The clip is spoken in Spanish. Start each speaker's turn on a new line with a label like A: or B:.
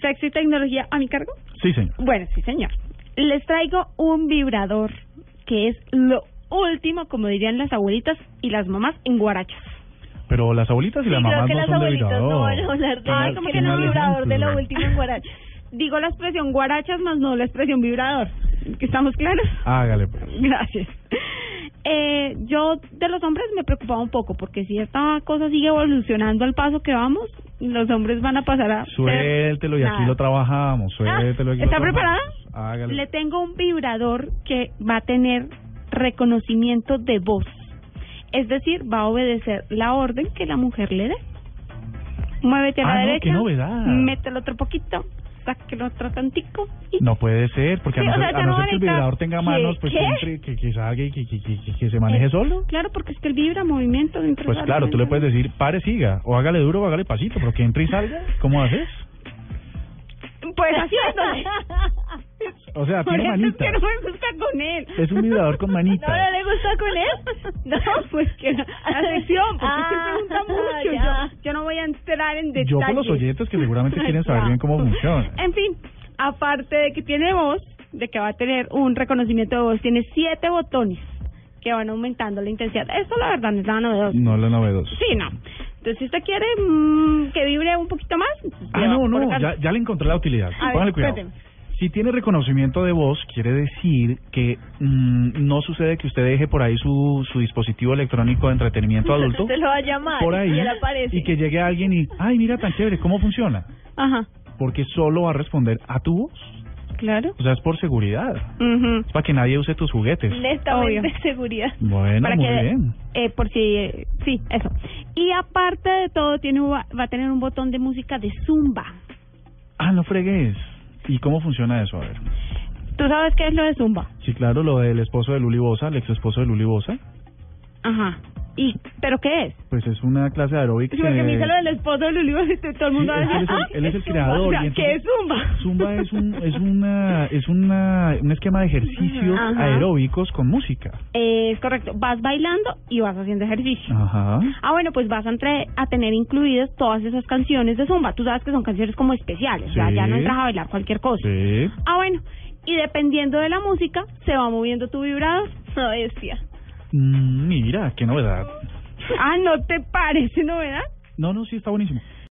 A: sexo y tecnología a mi cargo.
B: Sí, señor.
A: Bueno, sí, señor. Les traigo un vibrador que es lo último, como dirían las abuelitas y las mamás en guarachas.
B: Pero las abuelitas y las
C: creo
B: mamás
C: que
B: no
C: las
B: son de
C: abuelitas
B: vibrador.
C: no van a hablar de
B: Qué
A: Ay,
B: mal-
A: como
B: qué
A: que no
B: mal
A: vibrador
B: ejemplo,
A: de lo
B: ¿no?
A: último en guaracha. Digo la expresión guarachas más no la expresión vibrador. ¿Estamos claros?
B: Hágale, pues.
A: Gracias. Eh, yo de los hombres me preocupaba un poco porque si esta cosa sigue evolucionando al paso que vamos, los hombres van a pasar a... ser
B: Suéltelo y aquí
A: nada.
B: lo trabajamos.
A: Ah,
B: Suéltelo. y aquí lo
A: ¿Está
B: trabajamos.
A: preparada?
B: Hágale.
A: Le tengo un vibrador que va a tener reconocimiento de voz. Es decir, va a obedecer la orden que la mujer le dé. Muévete a la
B: Ah, no, qué
A: derecha.
B: novedad.
A: Mételo otro poquito. Sáquelo otro tantico. y-
B: No puede ser, porque
A: Sí,
B: a
A: o
B: no ser,
A: sea, ya
B: a
A: no
B: no ser
A: van a
B: que el
A: entrar.
B: vibrador tenga
A: ¿Qué?
B: manos, pues
A: ¿Qué?
B: siempre que, que salga y que, que, que, que- que se maneje solo.
A: Claro, porque es que el vibra movimiento dentro
B: Pues
A: de la
B: claro, tú le
A: herramienta.
B: puedes decir, pare, siga, o hágale duro o hágale pasito, pero que entre y salga, ¿cómo haces?
A: Pues haciéndole.
B: O sea,
A: Por
B: tiene
A: eso es
B: manita.
A: que no me gusta con él.
B: Es un vibrador con manita.
C: No, no le gusta con él.
A: No, pues que la sección, porque
C: Ah,
A: se pregunta mucho.
C: ya.
A: Yo, yo no voy a entrar en detalle.
B: Yo con los oyentes que seguramente quieren saber bien cómo funciona.
A: En fin, aparte de que tiene voz, de que va a tener un reconocimiento de voz, tiene siete botones que van aumentando la intensidad. Esto, la verdad, no es nada novedoso.
B: No lo novedoso.
A: Sí, no. Entonces, si usted quiere mm, que vibre un poquito más, entonces
B: Ah,
A: le va
B: no, no,
A: colocando-
B: ya, ya le encontré la utilidad.
A: A ver,
B: Póngale cuidado.
A: cuénteme.
B: Si tiene reconocimiento de voz, quiere decir que mm, no sucede que usted deje por ahí su, su dispositivo electrónico de entretenimiento adulto
C: Usted lo va a llamar
B: por ahí
C: y él aparece.
B: y que llegue alguien y, ay, mira tan chévere, ¿cómo funciona?
A: Ajá,
B: Porque solo va a responder a tu voz.
A: claro.
B: O sea, es por seguridad.
A: Ujú.
B: Es para que nadie use tus juguetes.
C: Netamente
A: Obvio.
C: seguridad.
B: Bueno,
A: para
B: muy
A: que,
B: bien.
A: Eh, por si, eh, sí, eso. Y aparte de todo, tiene va va a tener un botón de música de zumba.
B: Ah, no fregues. ¿Y cómo funciona eso? A ver.
A: ¿Tú sabes qué es lo de zumba?
B: Sí, claro, lo del esposo de Luli Bosa, el ex esposo de Luli Bosa,
A: Ajá. ¿Y, pero qué es?
B: pues es una clase de aeróbica.
A: Sí, porque
B: que-
A: me hice lo del esposo de Lulú, y todo el
B: Sí,
A: mundo va a
B: es que
A: decir,
B: él es el-
A: "Ah,
B: él es el
A: zumba".
B: creador,
A: O sea,
B: y entonces-
A: ¿Qué es zumba?
B: Zumba es un es una es una un esquema de ejercicios
A: Ajá.
B: aeróbicos con música.
A: Eh, es correcto. Vas bailando y vas haciendo ejercicio.
B: Ajá.
A: Ah, bueno, pues vas a, entre- a tener incluidas todas esas canciones de zumba. Tú sabes que son canciones como especiales, o sea,
B: Sí.
A: ya no entras a bailar cualquier cosa.
B: Sí.
A: Ah, bueno, y dependiendo de la música, se va moviendo tu vibrador.
C: No, bestia.
B: Mm, Mira, qué novedad.
A: Ah, ¿no te parece novedad?
B: No, no, sí está buenísimo.